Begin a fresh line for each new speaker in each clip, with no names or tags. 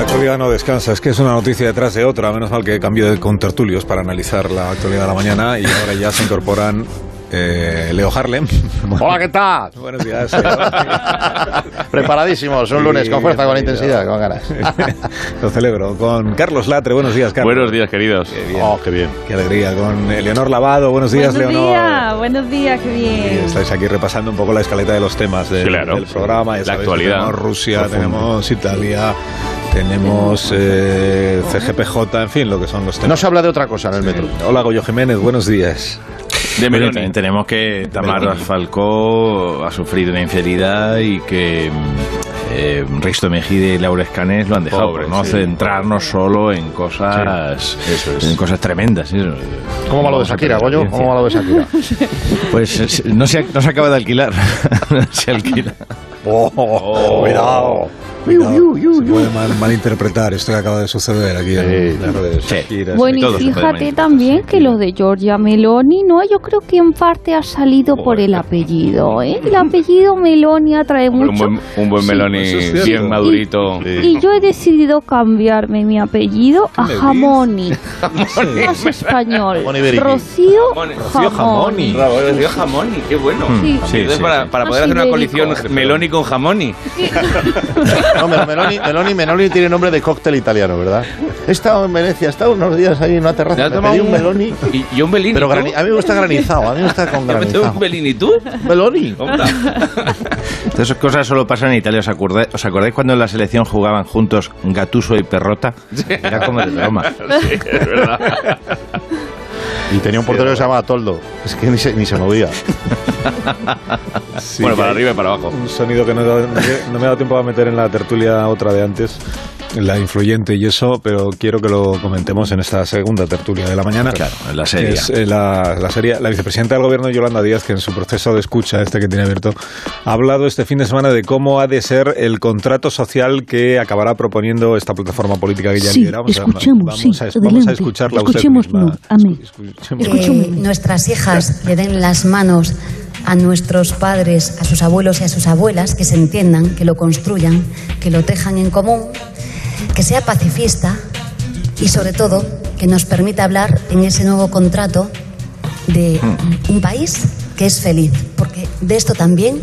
actualidad no descansa, es que es una noticia detrás de otra, menos mal que cambio de contertulios para analizar la actualidad de la mañana y ahora ya se incorporan eh, Leo Harlem.
Hola, ¿qué tal?
Buenos días.
Preparadísimos, un lunes con fuerza, con intensidad, con ganas.
Lo celebro. Con Carlos Latre, buenos días, Carlos.
Buenos días, queridos.
Qué bien.
Oh, qué bien.
Qué alegría. Con Eleonor Lavado, buenos días,
buenos
Leonor.
días, buenos días, qué
Y
bien.
Estáis aquí repasando un poco la escaleta de los temas del,
Sí, claro.
del programa. Ya
La
sabéis,
actualidad.
Tenemos Rusia,
Profundo.
tenemos Italia, tenemos eh, CGPJ, en fin, lo que son los
No
temas.
se habla de otra cosa en el metro.
Hola, Goyo Jiménez, buenos días.
De
Pero
Meloni.
también tenemos que Tamara
Meloni.
Falcó ha sufrido una infidelidad y que mm, eh, Risto Mejide y Laura Escanes lo han dejado
Pobre,
por no
sí.
centrarnos solo en cosas en cosas tremendas. eso.
¿Cómo va lo de
Vamos a
Shakira,
perder
Goyo?
audiencia.
¿Cómo va lo de Shakira?
Pues eh, se- no se, no se acaba de alquilar. No se alquila.
Oh. Cuidado. Se puede mal- malinterpretar esto que acaba de suceder aquí en
Sí.
las redes.
Sí.
Shakira,
Bueno,
todo
y
se puede
fíjate
manifestar,
también que lo de Giorgia Meloni, ¿no? Yo creo que en parte ha salido por el apellido, ¿eh? El apellido Meloni atrae
Un
mucho.
buen, un buen
Sí.
Meloni
Eso es cierto.
bien madurito.
Y yo he decidido cambiarme mi apellido a
eh, me dices?
Jamoni. Más español.
Jamoni Beriki.
Rocío
Rocío Jamoni.
Jamoni.
Bravo, el jamoni, qué bueno.
Hmm.
Sí.
Sí,
Entonces,
sí,
para,
sí.
para
Más
poder hacer una
ibérico.
coalición Meloni con jamoni.
No, pero Meloni, Meloni, Meloni tiene nombre de cóctel italiano, ¿verdad? He estado en Venecia, he estado unos días ahí en una terraza, me pedí un Meloni,
Y, y un Belini.
pero
¿tú?
grani- a mí me gusta granizado, a mí me gusta con
Yo me tengo
granizado.
un Belini, ¿tú?
Meloni.
Hombre.
Todas esas cosas solo pasan en Italia. ¿Os acordáis, ¿Os acordáis cuando en la selección jugaban juntos Gatuso y Perrota? Era como de broma.
Y tenía un portero que se llamaba Toldo, es que ni se, ni se movía.
Sí,
bueno,
que
para
hay
arriba y para abajo.
Un sonido que no, he dado- no he- no me ha dado tiempo a meter en la tertulia otra de antes, la influyente y eso, pero quiero que lo comentemos en esta segunda tertulia de la mañana.
Claro, en la
que
serie.
es, eh, la, la serie. La vicepresidenta del gobierno, Yolanda Díaz, que en su proceso de escucha, este que tiene abierto, ha hablado este fin de semana de cómo ha de ser el contrato social que acabará proponiendo esta plataforma política que ya
Sí,
lidera. Vamos a-
escuchemos,
vamos
sí,
a, vamos a
adelante.
escucharla
Escuchemos,
usted misma.
no, amén.
Escuchemos.
Escúchame.
que nuestras hijas le den las manos a nuestros padres, a sus abuelos y a sus abuelas, que se entiendan, que lo construyan, que lo tejan en común, que sea pacifista y sobre todo que nos permita hablar en ese nuevo contrato
Eh,
de
Mm.
un país que es feliz, porque de esto también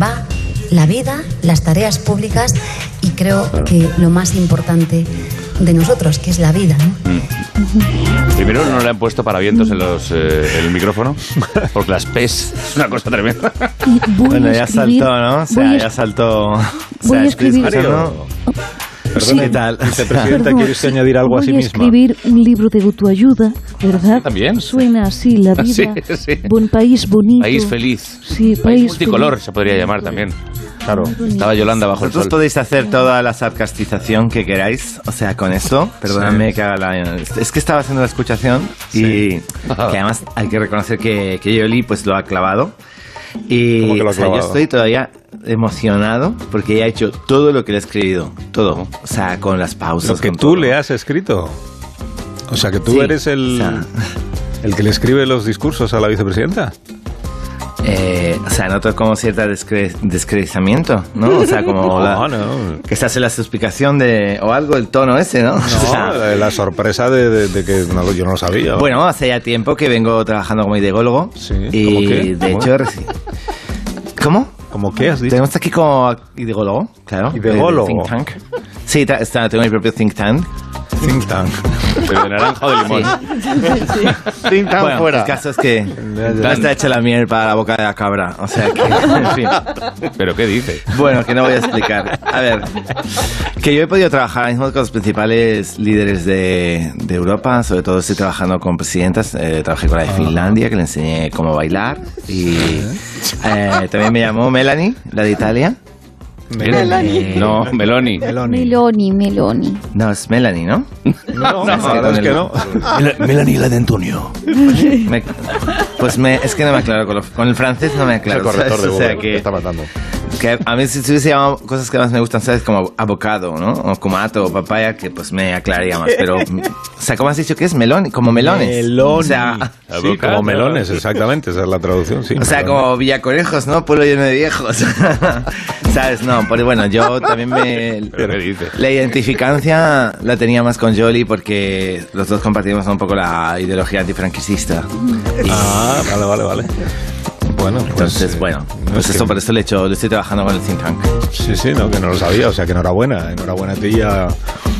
va la vida, las tareas públicas y creo que lo más importante de nosotros, que es la vida. ¿no?
Primero no le han puesto paravientos en los, eh, el micrófono, porque las PES es una cosa tremenda.
Y voy
Bueno,
a
ya
escribir-
saltó, ¿no? O sea,
voy a-
ya saltó. O
voy
sea,
a
estoy
escribir-
escuchando-
Sí.
¿Qué tal?
Vicepresidenta,
Perdón,
¿quiere usted
sí.
añadir algo a sí
Voy a
misma?
escribir un libro de autoayuda, ¿verdad?
También.
Suena así la vida.
Sí, sí.
Buen país bonito.
País feliz.
Sí, país,
País multicolor
feliz.
se podría llamar también.
Claro.
Estaba Yolanda bajo el
Vosotros
sol.
podéis hacer toda la sarcastización que queráis, o sea, con esto, perdóname que haga la... Es que estaba haciendo la escuchación y que además hay que reconocer que, que Yoli pues lo ha clavado. Y
¿Cómo que lo ha
o sea, yo
clavado?
estoy todavía emocionado porque ella ha hecho todo lo que le he escribido, todo, o sea, con las pausas.
Lo que
con
tú
todo.
le has escrito. O sea, que tú
Sí,
eres el,
o sea.
el que le escribe los discursos a la vicepresidenta.
Eh, o sea, noto como cierto descrediamiento, ¿no? O sea, como la-
no.
que se hace la explicación de... o algo, el tono ese, ¿no? O sea,
No, la, la sorpresa de, de- de que no lo- yo no lo sabía.
Bueno, hace ya tiempo que vengo trabajando como ideólogo.
Sí,
Y
¿cómo qué?
de
¿Cómo?
hecho, reci- ¿cómo?
¿Cómo qué has dicho?
Tenemos aquí como ideólogo, claro.
Ideólogo.
Eh, think tank. Sí, ta- está- tengo mi propio think tank.
Think tank.
Pero de naranja o de limón.
Tin tan
Bueno,
fuera.
el caso es que no está hecha la miel para la boca de la cabra. O sea que, en fin.
¿Pero qué dice?
Bueno, que no voy a explicar. A ver, que yo he podido trabajar ahora mismo con los principales líderes de, de Europa, sobre todo estoy trabajando con presidentas, eh, trabajé con la de Finlandia, que le enseñé cómo bailar, y eh, también me llamó Melanie, la de Italia. Eh,
Meloni. No, Meloni.
Meloni.
Meloni, Meloni.
No, es Melanie, ¿no? No,
No, la verdad es que no.
Melanie, la de Antonio. pues me, es que no me aclaro, con, lo- con el francés no me
Es el
aclaro.
corrector
¿sabes?
de
O sea
Google, que
que-
está matando.
Que a mí si se hubiese llamado cosas que más me gustan, ¿sabes? Como avocado, ¿no? O kumato o papaya, que pues me aclararía más. Pero, o sea, ¿cómo has dicho que es? Melón, como melones.
Meloni.
O sea,
Sí, como melones, exactamente. Esa es la traducción, sí.
o sea
melón.
como villacorejos, ¿no? Pueblo lleno de viejos. ¿Sabes? No, pero bueno, yo también me...
¿Pero qué dices?
La identificancia la tenía más con Jolie porque los dos compartimos un poco la ideología antifranquicista. Y
Ah, vale, vale, vale. Bueno, pues,
entonces,
eh,
bueno,
no
pues
es
esto
que-
por esto le he hecho, lo estoy trabajando con el think tank.
Sí, sí, no, que no lo sabía, o sea que enhorabuena, enhorabuena a ti y a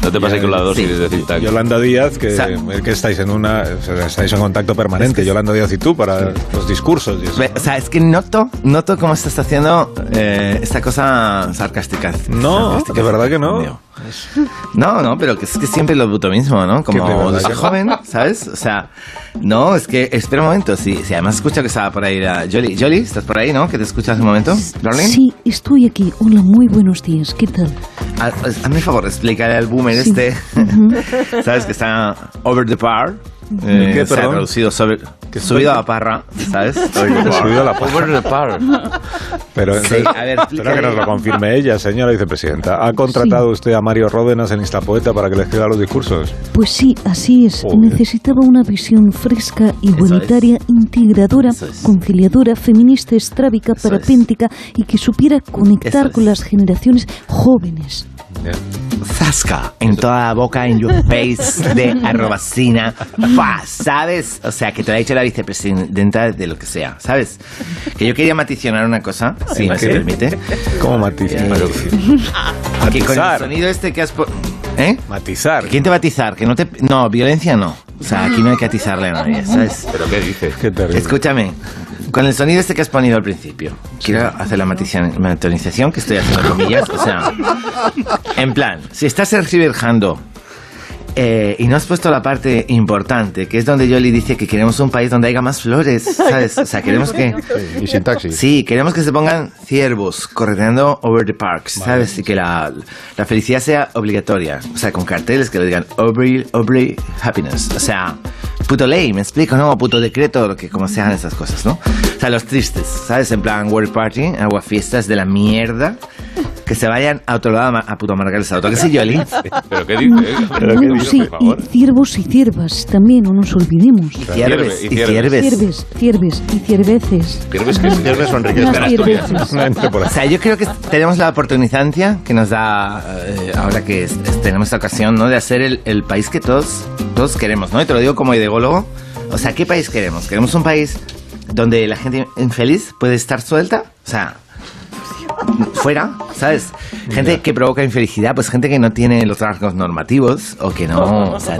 No te pases con la dosis
Sí.
de think tank.
Yolanda Díaz, que,
Sa-
que estáis en una o sea, estáis en contacto permanente, Yolanda Díaz y tú, para los discursos y eso.
Ve, O sea, es que noto, noto cómo estás haciendo eh, esta cosa sarcástica.
No,
Sarcástica.
de verdad que no.
Digo, No, no, pero que es que siempre lo puto mismo, ¿no? Como
Que de verdad
de
que no.
joven, ¿sabes? O sea, no, es que espera un momento. Si, si además escucha que estaba por ahí la Jolie. Jolie, estás por ahí, ¿no? Que te escuchas un momento, darling.
Sí, estoy aquí. Hola, muy buenos días. ¿Qué tal?
A- Ah, Hazme el favor, explícale al boomer
Sí.
este. ¿Sabes? Que está over the par. Eh,
¿Qué,
se ha
perdón?
traducido sobre.
¿Qué
subido a
soy?
la parra, ¿sabes?
Subido a la paja.
Over the par.
Pero
Sí, a ver,
espero que nos lo confirme ella, señora vicepresidenta. ¿Ha contratado usted a Mario Ródenas, el instapoeta, para que le escriba los discursos?
Pues sí, así es.
Joder.
Necesitaba una visión fresca, igualitaria, integradora,
Eso es.
conciliadora, feminista, estrábica,
Eso es.
parapéntica y que supiera conectar
es.
con las generaciones jóvenes.
Zasca en toda la boca en your face de arrobacina. Fa, ¿Sabes? O sea, que te lo ha dicho la vicepresidenta de lo que sea, ¿sabes? Que yo quería maticionar una cosa, si me se permite. Eh,
¿Cómo matiza?
Que con el
Matizar.
sonido este que has... pu- ¿Eh?
Matizar.
¿Quién te va a atizar? Que no te... No, violencia no. O sea, aquí no hay que atizarle a nadie, ¿sabes?
¿Pero qué dices?
Qué terrible.
Escúchame, con el sonido este que has ponido al principio, quiero hacer la matiza- matización que estoy haciendo comillas. O sea, en plan, si estás tergiversando eh, y no has puesto la parte importante, que es donde Yoli dice que queremos un país donde haya más flores, ¿sabes? O sea, queremos que.
Y sin taxi.
Sí, queremos que se pongan ciervos correteando over the parks, ¿sabes? Y que la, la felicidad sea obligatoria. O sea, con carteles que lo digan Aubrey, Aubrey Happiness. O sea, puto ley, me explico, ¿no? Puto decreto, lo que como sean esas cosas, ¿no? O sea, los tristes, ¿sabes? En plan, world party, agua fiestas de la mierda. Que se vayan a otro lado a ma- a puto amargar el sábado. ¿Qué sé yo, Eli?
¿Pero qué dices? ¿Pero qué
Bueno,
dices,
sí,
por favor?
y ciervos y ciervas también, no nos olvidemos.
Cierves,
y
y
cierves.
cierves.
Cierves, cierves y cierveces.
¿Cierves qué es?
Cierres o Enriquez.
Las cierveces.
Entre por
O
ahí.
sea, yo creo que tenemos la oportunidad que nos da eh, ahora que es- es- tenemos esta ocasión, ¿no? De hacer el, el país que todos, todos queremos, ¿no? Y te lo digo como ideólogo. O sea, ¿qué país queremos? ¿Queremos un país donde la gente infeliz puede estar suelta? O sea, fuera, ¿sabes? Gente que provoca infelicidad, pues gente que no tiene los rasgos normativos o que no, o sea,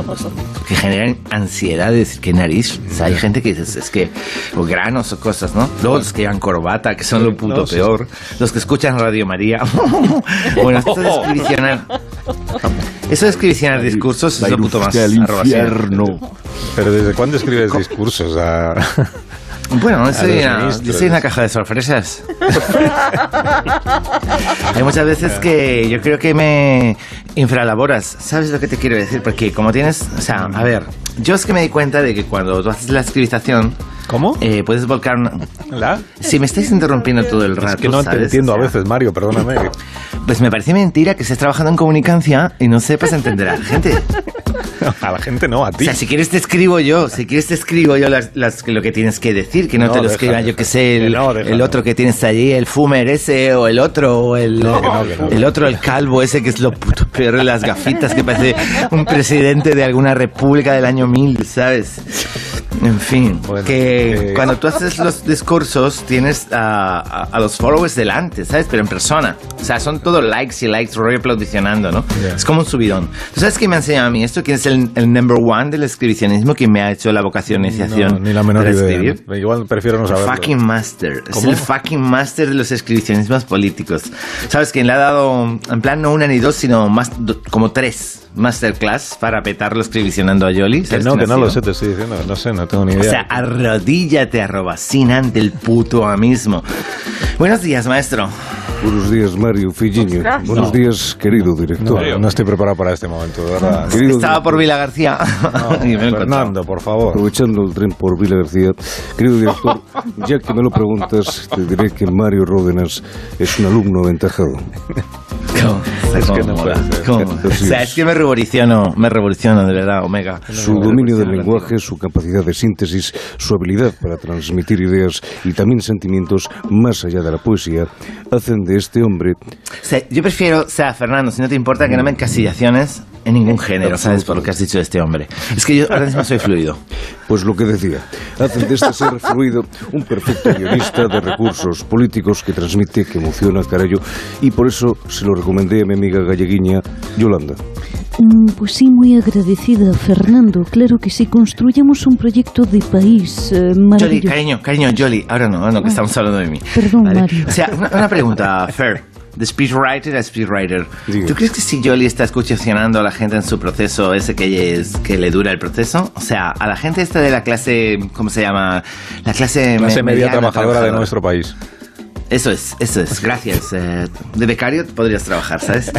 que generan ansiedades, que nariz. O sea, hay gente que dices, es que, o granos o cosas, ¿no? Luego los que llevan corbata, que son lo puto
No, sí,
peor. Los que escuchan Radio María. bueno, esto es descripcionar. Eso es descripcionar discursos, es lo puto más. arroba, sí.
Pero ¿desde cuándo escribes discursos? A...
Bueno, yo soy,
los
una,
ministros.
yo soy una caja de sorpresas. Hay muchas veces que yo creo que me infralaboras. ¿Sabes lo que te quiero decir? Porque como tienes... O sea, a ver, yo es que me di cuenta de que cuando tú haces la escribización,
¿Cómo?
eh, puedes volcar una...
¿La?
Si me estáis interrumpiendo todo el rato,
Es que no te
¿sabes?
entiendo a
O sea,
veces, Mario, perdóname.
Pues me parece mentira que estés trabajando en comunicancia y no sepas entender a la gente.
A la gente no, a
O
ti.
sea, si quieres te escribo yo, si quieres te escribo yo las, las- lo que tienes que decir, que no,
No,
te lo
deja,
escriba yo
deja.
que sé,
Que
el,
no, deja,
el
no.
otro que tienes allí, el fumer ese, o el otro, o el,
que no, que no.
el otro, el calvo ese que es lo puto peor de las gafitas, que parece un presidente de alguna república del año 1000, ¿sabes? En fin,
Bueno,
que
eh.
cuando tú haces los discursos tienes a, a- a los followers delante, ¿sabes? Pero en persona. O sea, son todo likes y likes, rollo aplaudicionando, ¿no?
Ya.
Es como un subidón. ¿Tú sabes qué me ha enseñado a mí esto? ¿Quién es el, el number one del escribicionismo que me ha hecho la vocación
No, ni la menor idea. Igual prefiero no saberlo.
Fucking master. Es
¿Cómo?
el fucking master de los escribicionismos políticos. ¿Sabes? Quien le ha dado, en plan, no una ni dos, sino más, do- como tres masterclass para petarlo escribicionando a Yoli.
Que
¿Sabes
no,
quién
que
ha
no lo
sido?
sé, te estoy diciendo. No sé, no tengo ni idea.
O sea, arrodíllate, arroba, sin ante el puto a mismo. Buenos días, maestro.
Buenos días, Mario Filliño. Buenos días, querido director.
no, no estoy preparado para este momento, de verdad.
Querido
Estaba por Vila García. Y me lo he encontrado.
Fernando, por favor.
Aprovechando el tren por Vila García, querido director, ya que me lo preguntas, te diré que Mario Ródenas es un alumno aventajado.
pasa?
Es que
¿Cómo
no
mola?
puede ser.
¿Cómo? O sea, es que me revoluciono, me revoluciono, de verdad, Omega.
Su
Me
pues,
dominio del
revoluciono
lenguaje, su capacidad de síntesis, su habilidad para transmitir ideas y también sentimientos más allá de la poesía, hacen de este hombre
O sea, yo prefiero, o sea, Fernando, si no te importa, que no me encasillaciones en ningún género, ¿sabes? Por lo que has dicho de este hombre. Es que yo ahora mismo soy fluido.
Pues lo que decía, hacen de este ser fluido un perfecto guionista de recursos políticos que transmite, que emociona, carayo, y por eso se lo recomendé a mi amiga galleguiña Yolanda.
Mm, Pues sí, muy agradecida, Fernando. Claro que sí, construyamos un proyecto de país eh,
Jolly,
maravilloso.
cariño, cariño, Jolly. Ahora no, ahora no, que estamos hablando de mí.
Perdón, Mario.
O sea, una, una pregunta, Fer. De speechwriter a speechwriter.
Diga.
¿Tú crees que si Jolly está escuchacionando a la gente en su proceso, ese que, ella es, que le dura el proceso? O sea, a la gente esta de la clase, ¿cómo se llama? La clase,
Clase
me-
media
mediana,
trabajadora de nuestro país.
Eso es, eso es, gracias. Eh, de becario podrías trabajar, ¿sabes?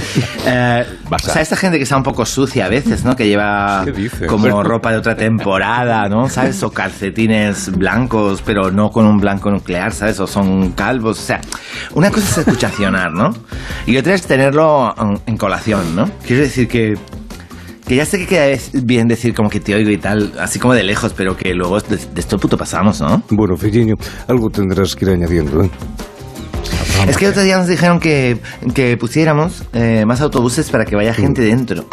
Eh, o
Vas a-
sea, esta gente que está un poco sucia a veces, ¿no? Que lleva
¿Qué dices?
como ropa de otra temporada, ¿no? ¿Sabes? O calcetines blancos, pero no con un blanco nuclear, ¿sabes? O son calvos, o sea... Una cosa es escuchacionar, ¿no? Y otra es tenerlo en- en colación, ¿no? Quiero decir que... Que ya sé que queda bien decir como que te oigo y tal, así como de lejos, pero que luego de, de esto puto pasamos, ¿no?
Bueno, Felliño, algo tendrás que ir añadiendo, ¿eh?
Es que el otro día nos dijeron que, que pusiéramos eh, más autobuses para que vaya
Uh.
gente dentro.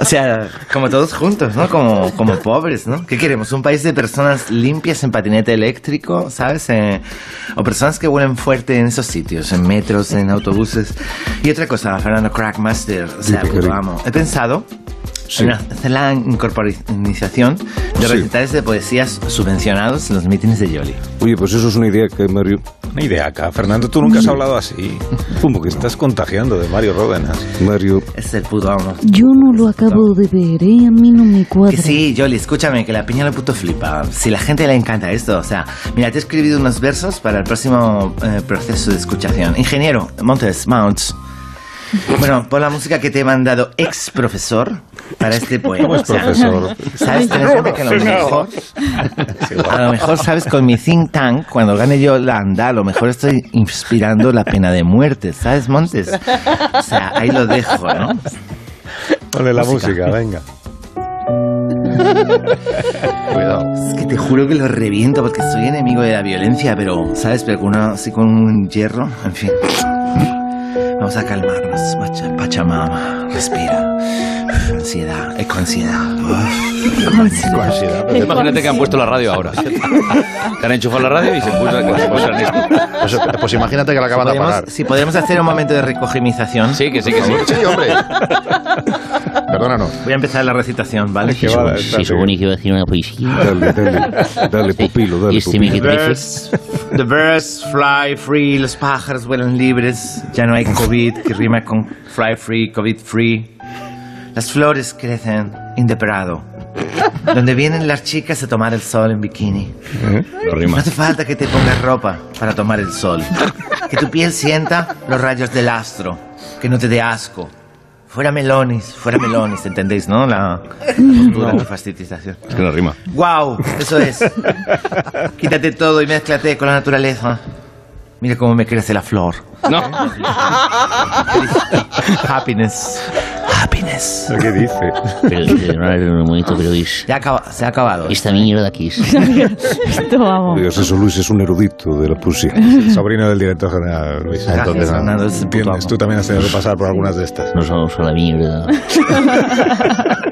o sea, como todos juntos, ¿no? Como, como pobres, ¿no? ¿Qué queremos? ¿Un país de personas limpias en patinete eléctrico, ¿sabes? Eh, o personas que huelen fuerte en esos sitios, en metros, en autobuses. Y otra cosa, Fernando Crackmaster, o sea,
Dime,
lo
cariño.
amo. He pensado
Sí.
en hacer la incorporización de
Sí.
recitales de poesías subvencionados en los mítines de Yoli.
Oye, pues eso es una idea que Mario...
Una idea acá. Fernando, tú nunca has hablado así.
Un poquito.
Estás contagiando de Mario Ródenas.
Mario,
Es el puto amo.
Yo no lo acabo de ver, ¿eh? A mí no me cuadra.
Que sí, Yoli, escúchame, que la piña lo puto flipa. Si la gente le encanta esto, o sea, mira, te he escribido unos versos para el próximo eh, proceso de escuchación. Ingeniero, Montes, Mounts. Bueno, pon la música que te he mandado ex profesor para este poema.
¿Cómo es
O sea,
profesor?
¿Sabes? Ten en cuenta que a lo mejor, a lo mejor, sabes, con mi think tank, cuando gane yo la anda, a lo mejor estoy inspirando la pena de muerte, ¿sabes, Montes? O sea, ahí lo dejo, ¿no?
Ponle la música, venga.
Es que te juro que lo reviento porque soy enemigo de la violencia, pero, ¿sabes? Pero con una- así con un hierro, en fin. Vamos a calmarnos, Pacha- Pachamama. Respira. Ansiedad, ecoansiedad.
ansiedad, pero-
Imagínate que han puesto la radio ahora. Te han enchufado la radio y se puso- se encuentran esto.
Pues, pues imagínate que la acaban de
Podemos-
apagar.
Si podemos hacer un momento de recogimización.
Sí, que sí, que sí.
Sí, hombre. Perdónanos.
Voy a empezar la recitación, ¿vale?
Que va,
Se supone que iba a decir una poesía.
dale, dale, dale, pupilo, dale,
Y este me
pupilo.
quedó dice,
The birds fly free, los pájaros vuelan libres, ya no hay COVID que rima con fly free, COVID free. Las flores crecen indeperado, donde vienen las chicas a tomar el sol en bikini.
Eh, Lo
No
rima.
hace falta que te pongas ropa para tomar el sol. Que tu piel sienta los rayos del astro, que no te dé asco. Fuera melones, fuera melones, ¿entendéis, no? La postura, la facilitación.
Es que no rima.
¡Wow! Eso es. Quítate todo y mézclate con la naturaleza. Mira cómo me crece la flor.
No.
Happiness. Happiness.
¿Qué dice?
pero perdonad un momento, pero es
Ya acaba- se ha acabado. ¿eh?
esta mierda que es.
Esto, vamos.
Digas eso, Luis, es un erudito de la poesía.
El sobrino del director general, Luis.
Gracias,
Entonces, ¿no?
Fernando, es el puto
Entiendes,
amo.
tú también has tenido que pasar por algunas de estas.
Nos vamos a la mierda.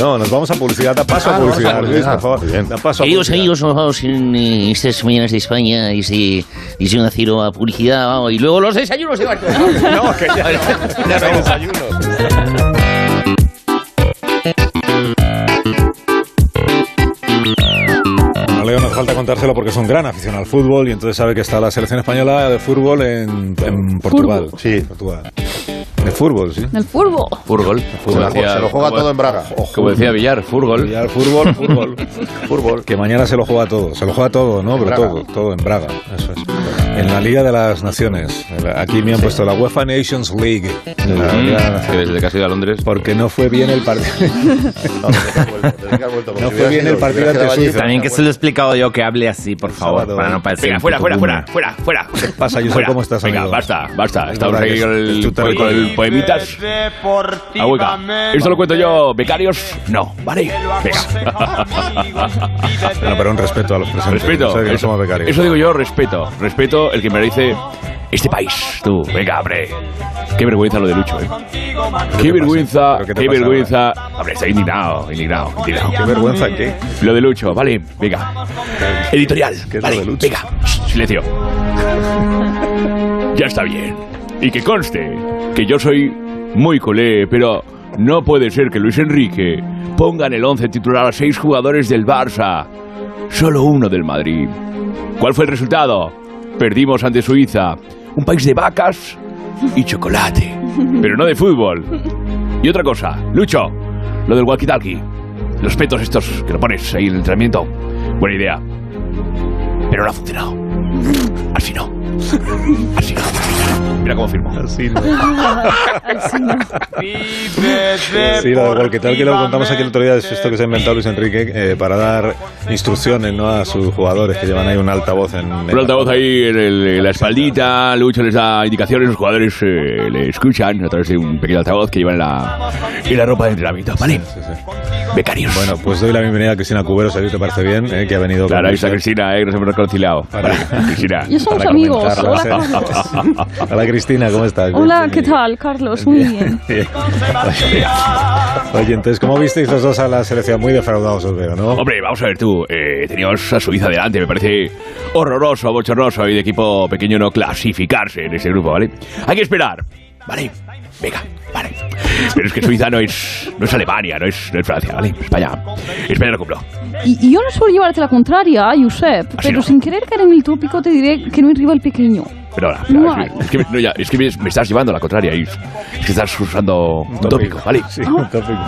No, nos vamos a publicidad. Da paso
Ah,
a publicidad, Luis, por favor. Da paso a
Queridos
publicidad.
amigos, nos vamos en eh, estas mañanas de España, desde Edición Acero a publicidad, vamos, y luego los desayunos, Eduardo.
No, que ya, ya no hay desayuno. A Leo nos falta contárselo porque es un gran aficionado al fútbol y entonces sabe que está la selección española de fútbol en, en Portugal.
Fútbol. Sí.
Portugal. De fútbol, sí.
El furbo.
Furgol.
Se,
Como
Pues la
decía-
juega- se lo juega
como-
todo en Braga.
Como decía Villar, Furgol.
Ya el fútbol, fútbol, fútbol. Que mañana se lo juega todo, se lo juega todo, ¿no? Pero
Braga.
todo, todo en Braga. Eso es. En la Liga de las Naciones. Aquí me han puesto la UEFA Nations League. La
Mm,
Liga de las-
que desde que has ido a Londres.
Porque no fue bien el partido. No fue bien el partido ante Suiza.
También que se lo he explicado yo que hable así, por favor,
sábado.
¿eh?
para no parecer.
Venga,
un
fuera,
puto
fuera, fuera,
boomer.
fuera, fuera.
¿Qué pasa, Josep?
Fuera.
¿Cómo estás,
Venga,
amigo?
basta, basta. Estamos
verdad
aquí
que
con
es- es tu
el, con,
territorio.
el poemitas. Agüica. Esto lo cuento yo, becarios. No, vale. Venga.
Bueno, pero un respeto a los presentes.
Respeto.
Sabes que no
eso,
somos becarios.
eso digo yo, respeto. Respeto el que me lo dice este país. Tú, venga, hombre. Qué vergüenza lo de Lucho, eh. Qué
te
vergüenza,
pasa? ¿Pero qué
qué,
te pasa
vergüenza. Hombre, estoy indignado, indignado, indignado.
¿Qué vergüenza qué?
Lo de Lucho, vale, venga. Editorial,
¿Qué es lo
vale,
de Lucho?
venga. Shh, Silencio. Ya está bien. Y que conste que yo soy muy culé, pero no puede ser que Luis Enrique ponga en el 11 titular a seis jugadores del Barça, solo uno del Madrid. ¿Cuál fue el resultado? Perdimos ante Suiza, un país de vacas y chocolate, pero no de fútbol. Y otra cosa, Lucho, lo del walkie-talkie, los petos estos que lo pones ahí en el entrenamiento, buena idea, pero no ha funcionado. Así no. Así no. Mira cómo firmo.
Sí, no. Sí, lo del walkie-talkie lo contamos aquí el otro día, es esto que se ha inventado Luis Enrique eh, para dar instrucciones ¿no? a sus jugadores que llevan ahí un altavoz en...
Un altavoz ahí en, el- en la espaldita, Lucho les da indicaciones, los jugadores eh, le escuchan a través de un pequeño altavoz que llevan en la, en la ropa de entrenamiento. Vale,
Sí, sí.
becarios.
Bueno, pues doy la bienvenida a Cristina Cubero, si a ti te parece bien, eh, que ha venido
claro,
con
ahí está Cristina, eh, que nos hemos reconciliado.
Para-
Vale, Cristina.
Yo somos
para
amigos.
comentar
Hola,
las-
Carlos.
Hola Cristina, ¿cómo estás?
Hola, ¿qué tal, Carlos? Muy bien.
Bien. Oye, entonces, ¿cómo visteis los dos a la selección? Muy defraudados os veo, ¿no?
Hombre, vamos a ver tú, eh, teníamos a Suiza delante, me parece horroroso, bochornoso y de equipo pequeño no clasificarse en ese grupo, ¿vale? Hay que esperar, ¿vale? Venga, vale. Pero es que Suiza no es, no es Alemania, no es, no es Francia, ¿vale? España, España lo cumplió.
Y, y yo no suelo llevarte la contraria, ¿eh, Josep,
Así
pero
no.
sin querer caer en el tópico te diré que no hay rival pequeño.
Perdona,
No
perdona, es que, es que me- no, ya, es que me, me estás llevando a la contraria y es que estás usando un tópico, ¿vale?
Sí, un tópico.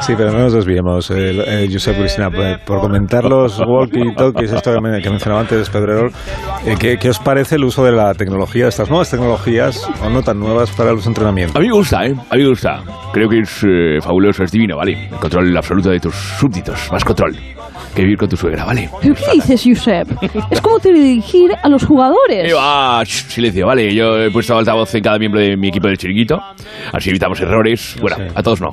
Sí, pero no nos desviemos, eh, lo- eh, Josep Cristina, por, por comentar los walkie-talkies, esto que, me- que mencionaba antes Pedrerol, eh, ¿qué, qué os parece el uso de la tecnología, estas nuevas tecnologías, o no tan nuevas, para los entrenamientos?
A mí me gusta, ¿eh? A mí me gusta. Creo que es eh, fabuloso, es divino, ¿vale? El control absoluto de tus súbditos, más control que vivir con tu suegra, ¿vale?
¿Pero qué dices, Josep? Es como dirigir a los jugadores.
Eh, ah, shh, silencio, vale. Yo he puesto altavoz en cada miembro de mi equipo del chiringuito. Así evitamos errores. Bueno, a todos no.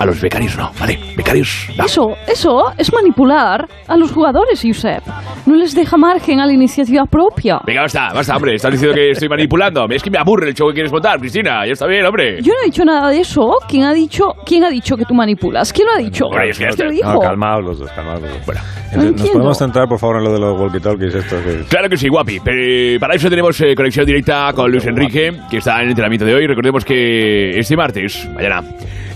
A los becarios no, vale. Becarios, no.
Eso, eso es manipular a los jugadores, Josep. No les deja margen a la iniciativa propia.
Venga, basta, basta, hombre. Estás diciendo que estoy manipulando. Es que me aburre el show que quieres montar, Cristina. Ya está bien, hombre.
Yo no he dicho nada de eso. ¿Quién ha dicho, quién ha dicho que tú manipulas? ¿Quién lo ha dicho?
Bueno, es que ya
Te lo
está.
dijo.
No, calmaos los dos, calmaos los dos. Entonces, ¿Nos
entiendo.
podemos centrar, por favor, en lo de los walkie-talkies estos? que-
Claro que sí, guapi. Pero para eso tenemos eh, conexión directa con Luis Enrique, que está en el entrenamiento de hoy. Recordemos que este martes, mañana,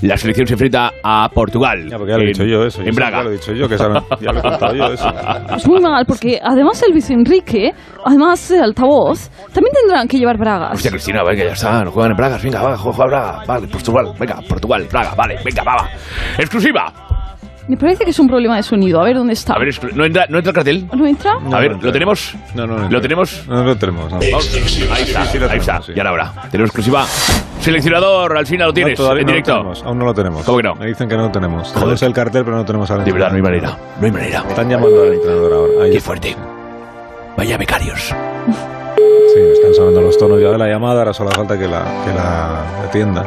la selección se enfrenta a Portugal.
Ya, porque ya lo he
en-
dicho yo eso.
En Braga.
Ya lo he dicho yo, que eso no- ya lo he contado yo eso.
Es muy mal, porque además el Luis Enrique, además el altavoz, también tendrán que llevar bragas.
Hostia, Cristina, venga, ya está, no juegan en Braga, venga, va, juega, juega Braga, vale, Portugal, venga, Portugal, Braga, vale, venga, va, va. Exclusiva.
Me parece que es un problema de sonido. A ver dónde está.
A ver, exclu- ¿no entra, no entra el cartel?
¿No entra?
No,
A ver, ¿lo
no entra.
tenemos?
No, no, no.
¿Lo
entra.
tenemos?
No, no lo tenemos. No.
Vamos. Ahí está,
sí, lo
ahí está,
tenemos, sí.
ya la hora. Tenemos exclusiva. Seleccionador, al final lo tienes,
No, Ah, todavía
en
no lo
directo.
tenemos, aún no lo tenemos.
¿Cómo que no?
Me dicen que no lo tenemos. Tenemos el cartel, pero no lo tenemos ahora.
De verdad, no hay
mismo.
manera, no hay manera.
Están llamando al entrenador ahora. Ahí
Qué
está.
fuerte. Vaya becarios.
Sí, están sonando los tonos ya de la llamada, ahora solo falta que la, que la atienda.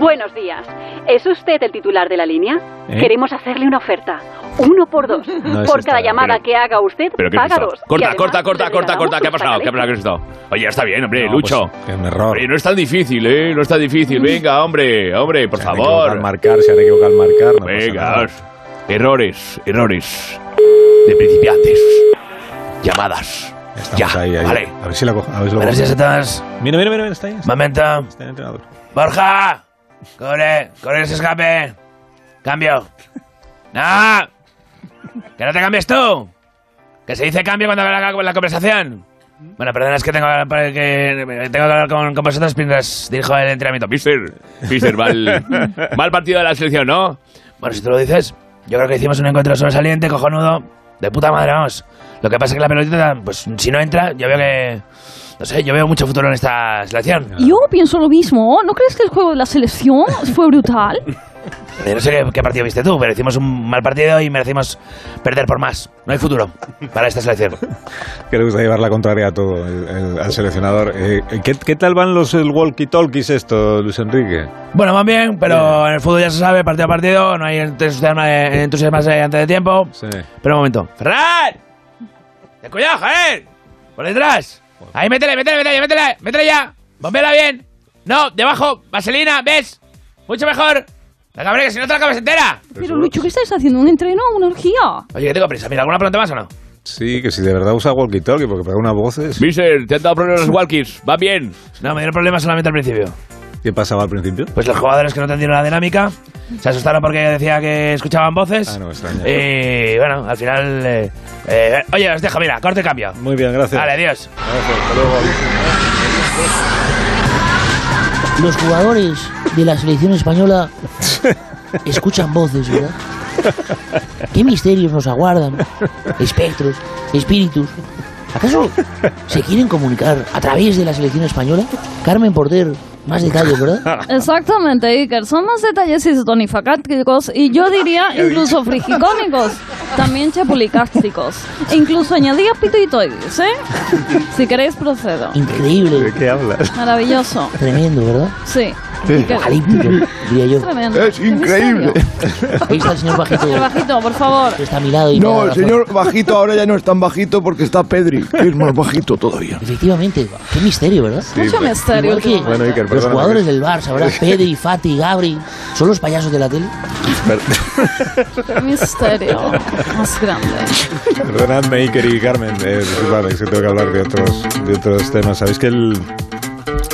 Buenos días. ¿Es usted el titular de la línea?
¿Eh?
Queremos hacerle una oferta. Uno por dos.
No es
por
esta,
cada llamada
pero-
que haga usted,
Pero qué es
paga
esto?
dos. Y
Corta,
además,
corta, corta,
le
corta,
regalamos
corta. ¿Qué ha
sus
pasado? ¿Qué ha pasado? ¿Qué es esto? Oye, ya está bien, hombre,
No,
Lucho.
pues, qué error.
Hombre, no es tan difícil, ¿eh? No es tan difícil. Venga, hombre, hombre, por
Se han equivocado al
favor.
marcar, se han equivocado al marcar. No pasa
Venga,
nada.
os- errores, errores de principiantes. Llamadas.
Estamos
ya,
ahí, ahí.
vale.
A ver si la coge. A ver si lo
Buenos días
coge.
a todos.
Mira, mira, mira, está ahí. Está
pues, Momento.
el entrenador.
Borja. Corre, corre ese escape. Cambio. ¡No! ¡Que no te cambies tú! Que se dice cambio cuando haga la, la conversación. Bueno, perdona, es que tengo que, que- tengo que hablar con, con vosotros mientras dirijo el entrenamiento.
Mister, Mister, mal, mal partido de la selección, ¿no?
Bueno, si tú lo dices, yo creo que hicimos un encuentro sobresaliente, cojonudo. De puta madre, vamos. Lo que pasa es que la pelotita, pues si no entra, yo veo que. No sé, yo veo mucho futuro en esta selección.
Yo pienso lo mismo. ¿No crees que el juego de la selección fue brutal?
Eh, No sé qué, qué partido viste tú, pero hicimos un mal partido y merecimos perder por más. No hay futuro para esta selección.
Que le gusta llevar la contraria a todo el- el- al seleccionador. Eh, ¿qué, qué tal van los eh, walkie-talkies esto, Luis Enrique?
Bueno, van bien, pero en el fútbol ya se sabe, partido a partido, no hay entusiasma, eh, entusiasmarse antes de tiempo. Pero un momento. ¡Ferran! ¡Te cuidado, Javier! ¡Por detrás! ¡Ahí, métele, métele, métele, métele! ¡Métele ya! ¡Bombela bien! ¡No, debajo! ¡Vaselina! ¿Ves? ¡Mucho mejor! ¡La cabrera, que si no te la acabas entera!
Pero Lucho, ¿qué estáis haciendo? ¿Un entreno o una orgía?
Oye, que tengo prisa. Mira, ¿alguna pregunta más o no?
Sí, que si de verdad usa walkie-talkie, porque para unas voces...
Mister, te han dado problemas los walkies. Va bien.
No, me dieron problemas solamente al principio.
¿Qué pasaba al principio?
Pues los jugadores que no entendieron la dinámica se asustaron porque decía que escuchaban voces.
Ah, no, extraño.
Y bueno, al final. eh, eh, oye, os dejo, mira, corte y cambio.
Muy bien, gracias.
Vale, adiós.
Los jugadores de la selección española escuchan voces, ¿verdad? ¿Qué misterios nos aguardan? Espectros, espíritus. ¿Acaso se quieren comunicar a través de la selección española? Carmen Porter, más detalles, ¿verdad?
Exactamente, Iker. Son más detalles histórico-facáticos y yo diría incluso frigicónicos. También chapulicásticos. E incluso añadía pitoitoides, ¿eh? Si queréis, procedo.
Increíble.
¿De qué hablas?
Maravilloso.
Tremendo, ¿verdad?
Sí.
Apocalíptico, diría yo.
Tremendo. Es increíble.
Ahí está el señor Bajito.
Señor Bajito, por favor.
que está a mi lado y me da
No,
la
el
razón.
señor bajito ahora ya no es tan bajito porque está Pedri, que es más bajito todavía.
Efectivamente, qué misterio, ¿verdad?
Mucho pero- misterio
Igual que
últimamente. Bueno, Iker,
los
perdona,
jugadores
que-
del Barça, ¿verdad? Pedri, Fati, Gabri, ¿son los payasos de la tele?
Misterio. Más grande.
Perdonadme, Iker y Carmen, eh, disculpadme, es que tengo que hablar de otros, de otros temas. ¿Sabéis que el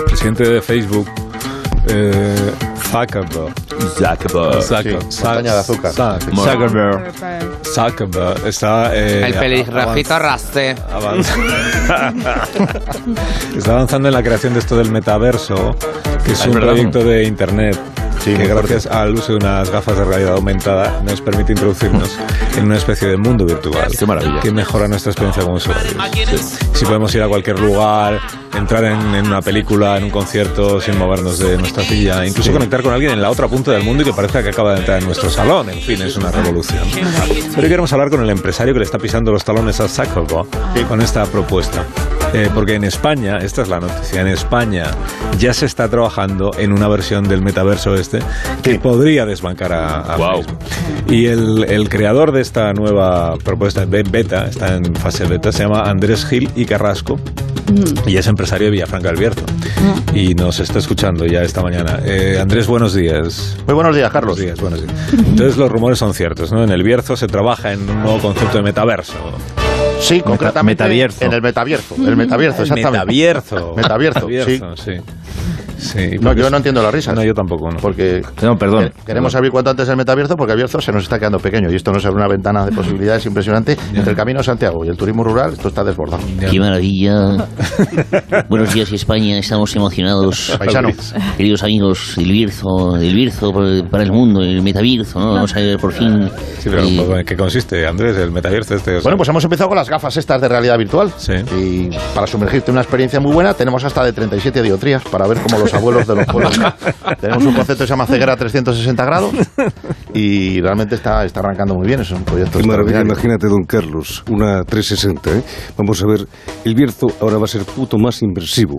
presidente de Facebook, eh, Zuckerberg,
Zuckerberg.
Zucker-
Sí,
Zuck-
montaña de azúcar.
Zuck-
Bueno.
Zuckerberg, Zuckerberg está, eh,
el pelirrojito
avanz-
raste.
está avanzando en la creación de esto del metaverso, que es
Ah, es
un
verdad.
proyecto de internet. que gracias al uso de unas gafas de realidad aumentada nos permite introducirnos en una especie de mundo virtual. Qué maravilla. Que mejora nuestra experiencia como usuarios. Si podemos ir a cualquier lugar, entrar en, en una película, en un concierto, sin movernos de nuestra silla, incluso conectar con alguien en la otra punta del mundo y que parezca que acaba de entrar en nuestro salón. En fin, es una revolución. Pero hoy queremos hablar con el empresario que le está pisando los talones a Zuckerberg con esta propuesta. Eh, porque en España, esta es la noticia, en España ya se está trabajando en una versión del metaverso este que podría desbancar a, a Facebook. Y el, el creador de esta nueva propuesta be- beta, está en fase beta, se llama Andrés Gil y Carrasco
Mm.
y es empresario de Villafranca del Bierzo. Y nos está escuchando ya esta mañana. Eh, Andrés, buenos días.
Muy buenos días, Carlos.
Buenos días, buenos días. Entonces los rumores son ciertos, ¿no? En el Bierzo se trabaja en un nuevo concepto de metaverso.
Sí, concretamente
metavierzo.
en el metavierzo. El metavierzo,
El
exactamente.
metavierzo.
Metavierzo,
Metavierzo, sí.
No,
porque
yo
es-
no entiendo las risas. No,
yo tampoco, no.
Porque
No, perdón.
queremos abrir cuanto antes el metavierzo porque abierto se nos está quedando pequeño y esto nos abre una ventana de posibilidades impresionante. Entre el camino a Santiago y el turismo rural, esto está desbordado.
Qué maravilla. Buenos días España, estamos emocionados.
Paisano.
Queridos amigos, el Birzo, el Birzo por- para el mundo, el Metavirzo, ¿no? Vamos a ver por fin.
Sí, pero ¿en qué consiste, Andrés, el metaverso este?
Bueno, pues hemos empezado con las gafas estas de realidad virtual. Y para sumergirte en una experiencia muy buena, tenemos hasta de 37 diotrías para ver como los abuelos de los pueblos. tenemos un concepto que se llama ceguera 360 grados y realmente está, está arrancando muy bien. Es un proyecto
Qué maravilla,
extraordinario.
imagínate, don Carlos, una 360, ¿eh? Vamos a ver, el Bierzo ahora va a ser puto más inversivo.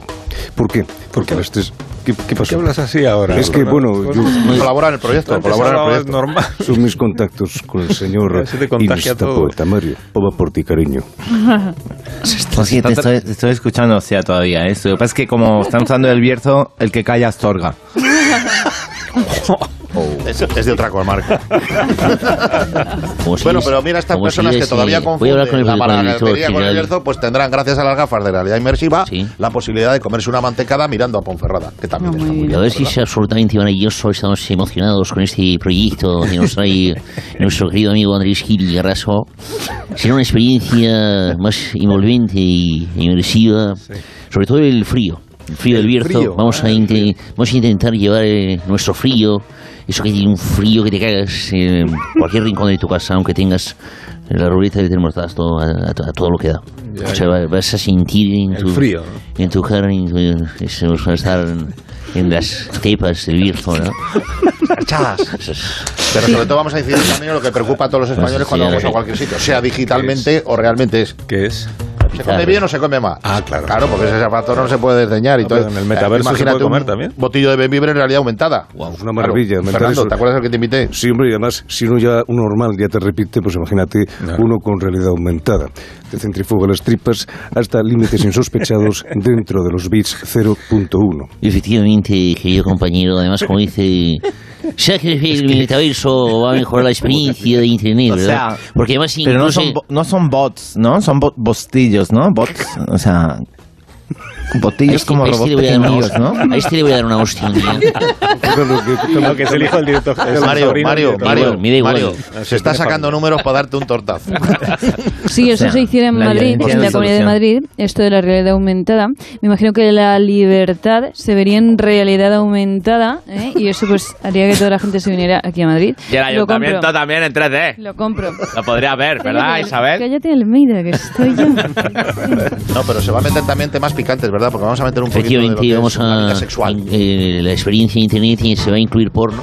¿Por qué? Porque las tres... ¿Qué, pasó?
¿Qué hablas así ahora?
Es que, bueno, yo...
Colabora en el proyecto, colabora en el proyecto.
normal.
Son mis contactos con el señor
Se te
y
contagia
nuestra
todo.
poeta Mario. O va por ti, cariño.
Pues sí, te estoy, te estoy escuchando, o sea, todavía. ¿eh? Lo que pasa es que como están usando el Bierzo, el que calla astorga.
Oh.
Eso es de otra comarca.
Como
Pues
si
bueno,
es-
pero mira, estas
como si
personas que
es,
todavía
eh, voy a
confunden
hablar con el-
la
con el
palabrería
director
con el
general.
Bierzo, pues tendrán, gracias a las gafas de realidad inmersiva, la posibilidad de comerse una mantecada mirando a Ponferrada, que también está muy bien.
La verdad es que es absolutamente maravilloso. Estamos emocionados con este proyecto que nos trae nuestro querido amigo Andrés Gil Garraso. Será una experiencia más envolvente y inmersiva, sobre todo el frío. El frío del Bierzo.
frío,
vamos, a inte- vamos a intentar llevar eh, nuestro eh, frío, eso que tiene un frío que te cagas en cualquier rincón de tu casa, aunque tengas en la ruleta de termostato a, a, a todo lo que da.
Ya,
o sea, va- vas a sentir en tu,
frío,
en tu carne, en tu- eso vas a estar en, en las cepas del virzo, ¿no?
Pero sobre todo vamos a decidir también en lo que preocupa a todos los españoles cuando
Pues sí,
vamos
sí.
a cualquier sitio, sea digitalmente o realmente es.
¿Qué es?
¿Se come bien o se come mal? Ah, claro. Claro, porque ese factor no se puede desdeñar y
Ah,
todo. Eh,
pero en el metaverso se puede comer también.
Botillo de Benvibre en realidad aumentada.
Es una maravilla.
Claro.
mental
Fernando,
eso.
¿te acuerdas del que te invité?
Sí, hombre, y además, si uno ya, un normal ya te repite, pues imagínate uno con realidad aumentada. Te centrifuga las tripas hasta límites insospechados dentro de los bits 0.1.
Efectivamente, querido compañero, además como dice, ya que el metaverso va a mejorar la experiencia de internet,
O
¿verdad?
sea,
Porque además
pero no
incluso-
son, bo- no son bots, ¿no? Son bo- bostillos, ¿no? Bots, o sea,
A
botillos
este-
como
a este
robots
le voy a dar una
pequeñillos, ¿no?
hostia. A este le voy a dar una hostia. ¿eh? un día.
No, que es el hijo del director. es el
Mario,
sobrino del
Mario,
director.
Mario,
Me da igual.
Mario,
Así
se está
tiene
sacando números para darte un tortazo.
Sí, eso
O sea,
se hiciera en
la
Madrid,
violencia
en la
es la
Comunidad de Madrid, esto de la realidad aumentada. Me imagino que la libertad se vería en realidad aumentada ¿eh? y eso pues haría que toda la gente se viniera aquí a Madrid.
Y el
Lo compro.
ayuntamiento también en 3D.
Lo compro.
Lo podría ver, ¿verdad, Isabel?
Cállate, Almeida, que estoy yo.
No, pero se va a meter también temas picantes, ¿verdad? Porque vamos a meter un poquito de lo que
Efectivamente,
es
vamos
una vida
a.
sexual.
eh, la experiencia de internet y se va a incluir porno.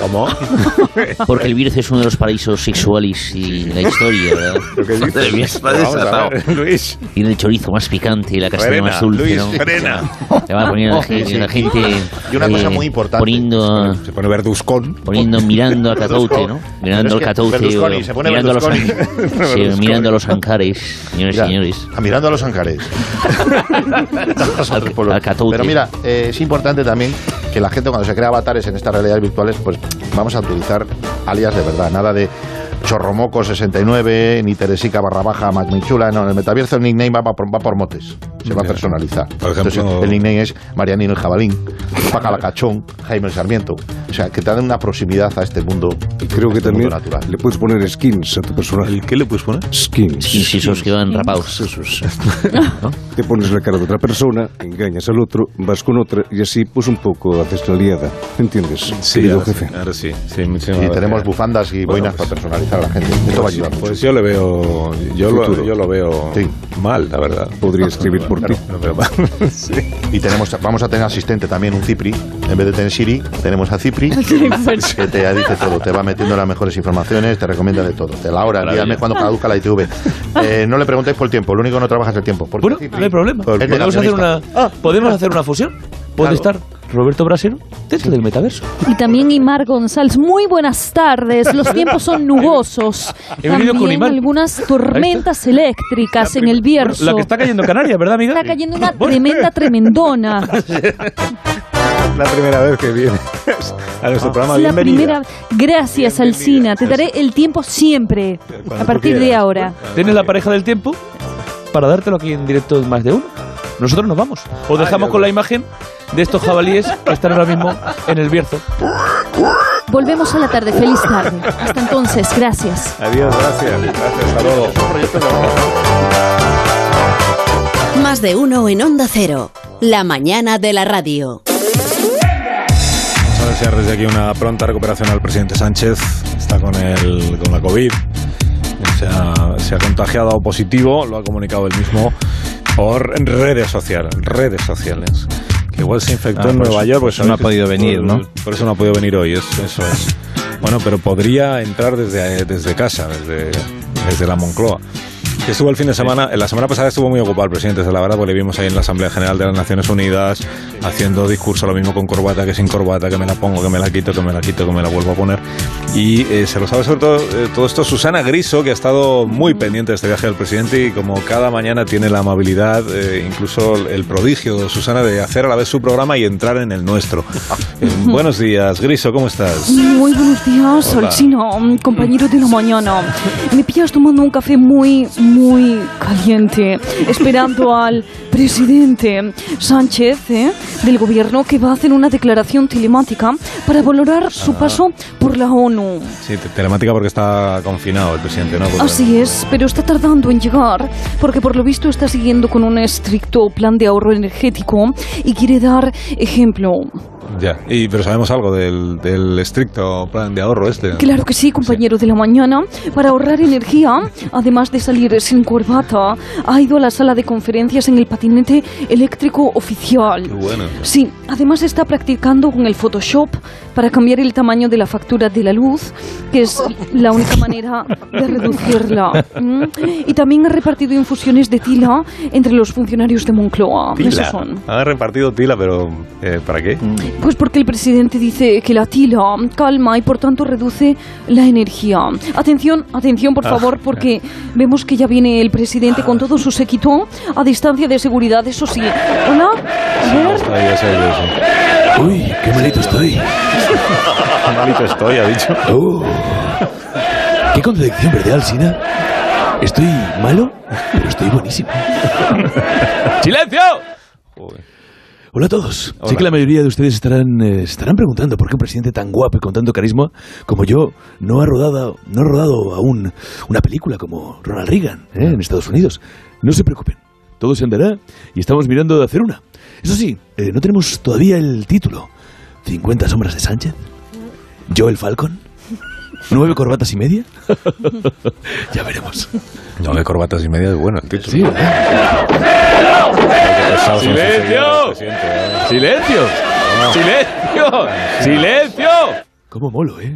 ¿Cómo?
Porque el virus es uno de los paraísos sexuales y la historia, ¿verdad?
¿Lo que dices?
El virus está
Vamos a
desatado.
ver, Luis.
Tiene el chorizo más picante y la castaña
Frena,
más dulce,
Luis,
¿no?
frena.
Le va a poner a la,
Sí, sí.
gente- a la gente.
Y una cosa muy
importante. Poniendo.
Se pone Verduscón.
Poniendo, mirando a Cataute, ¿no?
Pero
Mirando
es
al
que
Cataute.
Berlusconi,
o-
se pone
mirando, a los,
Berlusconi.
sí,
Berlusconi. Ah,
mirando a los Ancares, señores y señores.
mirando a los Ancares. Pero mira, eh, es importante también que la gente cuando se crea avatares en estas realidades virtuales, pues vamos a utilizar alias de verdad, nada de Chorromoco69, ni Teresica barra baja Magnichula, no, en el metaverso el nickname va por, va por motes, se va a personalizar. Entonces,
ejemplo-
el nickname es Marianino el Jabalín, Pacalacachón, Jaime el Sarmiento, o sea, que te dan una proximidad a este mundo,
Creo que
este
también
mundo natural.
le puedes poner skins a tu personaje.
¿Qué le puedes poner?
Skins.
Skins, esos que van rapados.
Esos. Te pones la cara de otra persona, engañas al otro, vas con otra y así pues un poco haces la liada. ¿Entiendes?
Sí,
querido
ahora sí,
jefe.
ahora sí. sí muchísimas
Y
gracias.
tenemos bufandas y
Bueno,
boinas
pues-
para personalizar a la gente. Esto va a ayudar.
Pues yo le veo, yo lo,
Futuro.
yo lo veo mal, la verdad. Ah,
Podría escribir por ti.
Y tenemos, vamos a tener asistente también, un Cipri. En vez de tener Siri, tenemos a Cipri. que te dice todo, te va metiendo las mejores informaciones, te recomienda de todo. De la hora, el día, el mes,
Ah.
cuando caduca la ITV. Eh, no le preguntéis por el tiempo, lo único que no trabajas el tiempo. Porque
Bueno,
Cipri
no hay problema.
es
Podemos hacer
negacionista.
una, Ah, podemos hacer una fusión. Puede estar Roberto Brasero dentro del metaverso.
Y también Imar González. Muy buenas tardes. Los tiempos son nubosos.
He venido con
También
Imar.
algunas tormentas eléctricas en el Bierzo.
La que está cayendo en Canarias, ¿verdad, amiga?
Está cayendo una tremenda tremendona.
La primera vez que viene a
Este
nuestro programa.
Es Ah, la
Bienvenida.
primera. Gracias, Alcina. Te daré el tiempo siempre. A partir de ahora.
Tienes la pareja del tiempo para dártelo aquí en directo en más de uno. Nosotros nos vamos. O dejamos con la imagen de estos jabalíes que están ahora mismo en el Bierzo.
Volvemos a la tarde. Feliz tarde. Hasta entonces. Gracias.
Adiós, gracias. Gracias, hasta luego.
Más de uno en Onda Cero. La mañana de la radio.
Vamos a desear desde aquí una pronta recuperación al presidente Sánchez. Está con, el, con la COVID. Se ha, se ha contagiado positivo, lo ha comunicado él mismo por redes sociales. Redes sociales. Que igual se infectó
Ah,
en
por
Nueva
eso-
York.
por
pues
eso no ha
sabéis que
podido
es
venir,
por-
¿no?
Por eso no ha podido venir hoy, es- eso es. Bueno, pero podría entrar desde, eh, desde casa, desde, desde la Moncloa. Que Estuvo el fin de semana, eh, la semana pasada estuvo muy ocupado el presidente, la verdad, porque le vimos ahí en la Asamblea General de las Naciones Unidas haciendo discurso, lo mismo con corbata que sin corbata, que me la pongo, que me la quito, que me la quito, que me la vuelvo a poner. Y eh, se lo sabe sobre todo, eh, todo esto Susana Griso, que ha estado muy pendiente de este viaje del presidente y como cada mañana tiene la amabilidad, eh, incluso el prodigio, Susana, de hacer a la vez su programa y entrar en el nuestro. Eh, buenos días, Griso, ¿cómo estás?
Muy buenos días,
Hola.
Alcino, compañero de la mañana. Me pillas tomando un café muy, muy caliente, esperando al presidente Sánchez ¿eh? del gobierno que va a hacer una declaración telemática para valorar su
Ah.
paso por la ONU.
Sí, te- telemática porque está confinado el presidente, ¿no? Porque-
Así es, pero está tardando en llegar, porque por lo visto está siguiendo con un estricto plan de ahorro energético y quiere dar ejemplo
Ya, y, pero sabemos algo del, del estricto plan de ahorro este. ¿no?
Claro que sí, compañero de la mañana. Para ahorrar energía, además de salir sin corbata, ha ido a la sala de conferencias en el patinete eléctrico oficial.
Qué bueno.
Sí, además está practicando con el Photoshop para cambiar el tamaño de la factura de la luz, que es la única manera de reducirla. ¿Mm? Y también ha repartido infusiones de tila entre los funcionarios de Moncloa. Esos son.
Ha repartido tila, pero eh, ¿para qué?
Pues porque el presidente dice que la tila calma y por tanto reduce la energía. Atención, atención por
Ah,
favor, porque vemos que ya viene el presidente con todo su séquito a distancia de seguridad, eso sí. Hola, a ver,
Ahí ya sé yo eso. Uy, qué malito estoy. qué malito estoy, ha dicho.
Qué contradicción, ¿verdad, Alsina? Estoy malo, pero estoy buenísimo.
¡Silencio!
Hola a todos. Sé que la mayoría de ustedes estarán, eh, estarán preguntando por qué un presidente tan guapo y con tanto carisma como yo no ha rodado, no ha rodado aún una película como Ronald Reagan ¿eh? en Estados Unidos. No se preocupen, todo se andará y estamos mirando de hacer una. Eso sí, eh, no tenemos todavía el título. 50 sombras de Sánchez, Joel Falcon, nueve corbatas y media. ya veremos.
No, de corbatas y media es bueno el título.
Sí,
¡Silencio!
eh.
¡Silencio! ¡Silencio! ¡Silencio!
Ah. ¿Cómo molo, eh?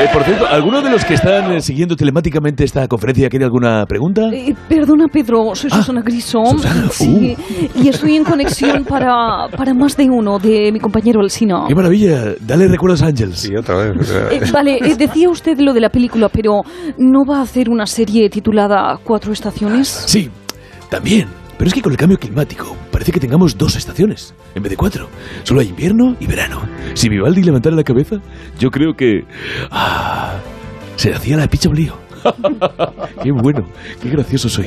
Eh, por cierto, ¿alguno de los que están eh, siguiendo telemáticamente esta conferencia quiere alguna pregunta?
eh, perdona Pedro, soy Susana Griso. Sí, y estoy en conexión para, para más de uno de mi compañero Alsina.
¡Qué maravilla! Dale recuerdos a Ángels. Sí,
otra vez.
Eh, vale, eh, decía usted lo de la película, pero ¿no va a hacer una serie titulada Cuatro Estaciones?
Sí, también. Pero es que con el cambio climático parece que tengamos dos estaciones en vez de cuatro. Solo hay invierno y verano. Si Vivaldi levantara la cabeza, yo creo que... ah, se le hacía la picha un lío. qué bueno, qué gracioso soy.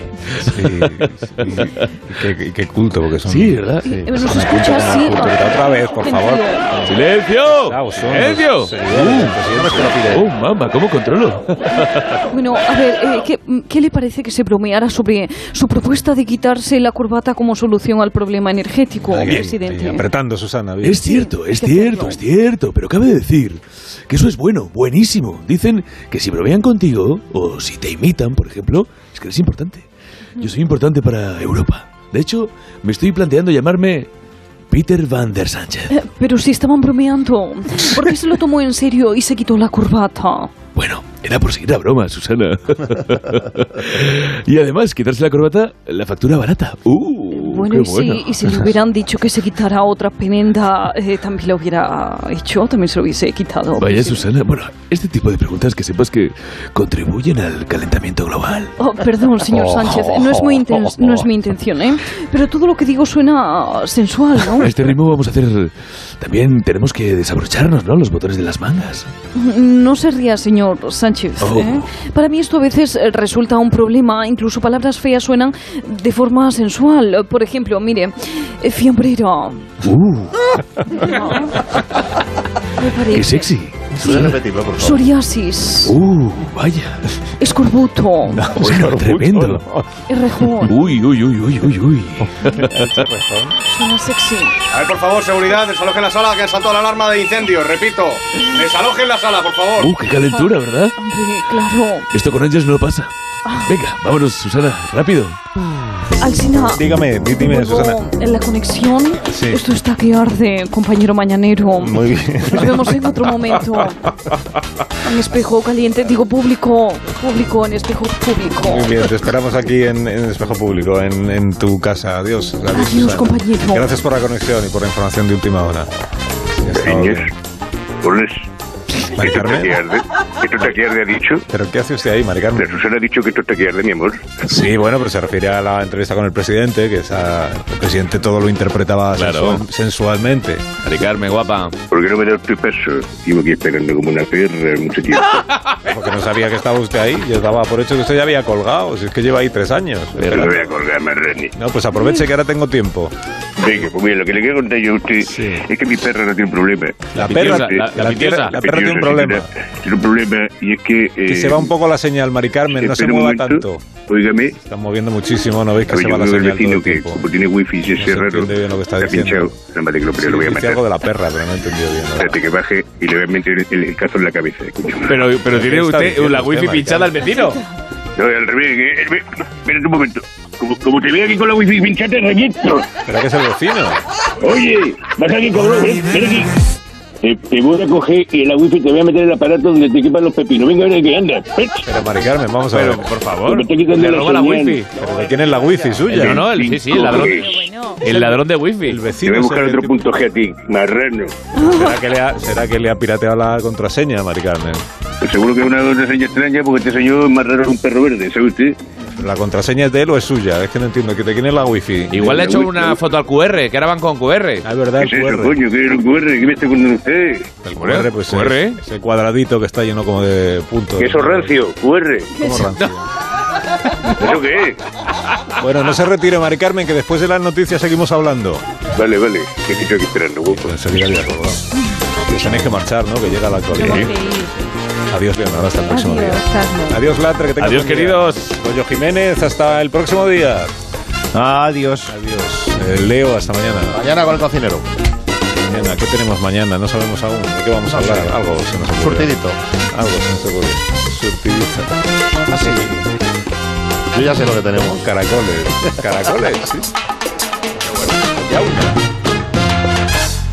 Qué, qué- qué culto, porque son.
Sí, ¿verdad?
Sí.
Nos
Son
escucha
culto,
así.
son culto. Otra vez, por favor.
¡Silencio!
¡Silencio!
Uh. ¡Oh, mamá! ¿Cómo controlo?
Bueno, a ver, eh, ¿qué, qué le parece que se bromeara sobre su propuesta de quitarse la corbata como solución al problema energético,
Bien,
presidente?
Apretando, Susana. bien.
Es cierto, es cierto, es cierto, pero cabe decir que eso es bueno, buenísimo. Dicen que si bromean contigo o si te imitan, por ejemplo, es que eres importante. Yo soy importante para Europa. De hecho, me estoy planteando llamarme Peter Van der Sánchez.
Eh, Pero si estaban bromeando, ¿por qué se lo tomó en serio y se quitó la corbata?
Era por seguir la broma, Susana. y además, quitarse la corbata, la factura barata. ¡Uh!
Bueno,
qué
y, si, y si le hubieran dicho que se quitara otra penenda, eh, también lo hubiera hecho, también se lo hubiese quitado.
Vaya, Susana. Bueno, este tipo de preguntas que sepas que contribuyen al calentamiento global.
Oh, perdón, señor Sánchez, no es, muy inten- no es mi intención, ¿eh? Pero todo lo que digo suena sensual, ¿no?
A este ritmo vamos a hacer... También tenemos que desabrocharnos, ¿no? Los botones de las mangas.
No se ría, señor Sánchez.
Oh.
¿eh? Para mí esto a veces eh, resulta un problema. Incluso palabras feas suenan de forma sensual. Por ejemplo, mire, eh, fiambrera.
¡Uh!
Me parece.
¡Qué sexy!
Sí. Psoriasis.
¡Uh! Vaya.
Escorbuto.
Bueno, tremendo.
Errejón.
Uy, uy, uy, uy, uy, uy.
Suena sexy.
A ver, por favor, seguridad, desalojen la sala, que ha saltado la alarma de incendio. Repito, desalojen la sala, por favor.
¡Uh, qué calentura, verdad?
Hombre, Eh, claro.
Esto con Ángels no pasa. Venga, vámonos, Susana, rápido.
Alsina.
Dígame, di- dime,
vuelvo
Susana.
En la conexión,
Sí.
esto está que arde, compañero mañanero.
Muy bien.
Nos vemos en otro momento. En espejo caliente, digo público, público, en espejo público.
Muy bien, te esperamos aquí en, en Espejo Público, en, en tu casa. Adiós.
Adiós,
Susana.
compañero.
Gracias por la conexión y por la información de última hora. Sí, ha estado bien.
Hola. ¿Qué
Mari Carmen.
taquiarde? ¿Qué taquiarde ha dicho?
¿Pero qué hace usted ahí, Mari Carmen?
Susana ha dicho que taquiarde, mi amor.
Sí, bueno, pero se refiere a la entrevista con el presidente, que esa- el presidente todo lo interpretaba
Claro.
sensual- sensualmente.
Mari Carmen, guapa. ¿Por qué no me das tu peso? Llevo aquí esperando como una perra mucho tiempo.
Porque no sabía que estaba usted ahí. Yo daba por hecho que usted ya había colgado. Si es que lleva ahí tres años.
Pero voy a colgar, Marrani.
pues No, pues aproveche que ahora tengo tiempo.
Venga, pues mira, lo que le quiero contar yo a usted es que mi perra no tiene un problema.
La perra- la- la- la perra- la perra tiene un problema.
Tiene un problema y es que...
Que
eh,
se va un poco la señal, Mari Carmen, no se
espera un
mueva
momento.
tanto.
Óigame.
Están moviendo muchísimo, no veis que
A ver,
se
yo
va la
veo al
señal todo
vecino
el
que
tiempo.
como tiene wifi y ese
se
raro,
entiende bien lo que está
está
diciendo.
pinchado. Nada más de que lo primero lo voy a
Dice
matar.
algo de la perra, pero no he entendido bien.
Espérate que baje y le voy a meter el, el cazo en la cabeza. escúchame.
Pero, pero tiene
está
usted
diciendo
la
usted,
wifi
Mari
pinchada al
Carmen?
vecino.
No, al revés. que- eh, ve- Espérate un momento. Como, como te veo aquí con la wifi pinchada, te reviento.
¿Pero que es el vecino?
Oye, vas aquí, cabrón. Ven, ven aquí. Te, te voy a coger y en la wifi te voy a meter el aparato donde te quepan los pepinos. Venga, ven que andas.
Pero Mari Carmen, vamos a ver.
por
favor. Me está quitando la señal.
¿Pero de quién es la wifi suya?
No, no, el- sí, sí, el ladrón. Pero
El
ladrón de wifi.
El
Te
vecino
voy a
es
buscar
el
otro punto G a ti, marrano.
¿Será que, le ha, ¿Será que le ha pirateado la contraseña, Mari Carmen?
Pues seguro que es una contraseña extraña porque este señor es más raro que un perro verde, ¿sabe usted?
¿La contraseña es de él o es suya? Es que no entiendo. ¿Que ¿De quién es la wifi?
Igual le ha hecho una foto al QR, que ahora van con QR.
Ah, es verdad,
¿Qué es eso, coño? ¿Qué es el QR? ¿Qué me está contando usted?
El QR, pues es ese cuadradito que está lleno como de puntos.
¿Qué eso rancio? ¿QR?
Pues, ¿Cómo rancio?
¿Eso qué es?
Bueno, no se retire, Mari Carmen, que después de las noticias seguimos hablando.
Vale, vale. Que te tengo que este esperar, luego.
Enseguida le acordo. Que os tenéis que marchar, ¿no? Que llega la actualidad. Adiós, Leonardo. Hasta el próximo día. Adiós, Latre. Que tengas
Adiós,
queridos. Goyo Jiménez. Hasta el próximo día. Adiós. Adiós. Eh, Leo, hasta mañana.
Mañana con el cocinero.
Mañana, ¿qué tenemos mañana? No sabemos aún. ¿De qué vamos a hablar? Algo se nos ocurre.
Surtidito.
Algo se nos ocurre. Surtidito.
Así. Ah, Yo ya sé lo que tenemos.
Caracoles. Caracoles, sí. Qué bueno. Ya una.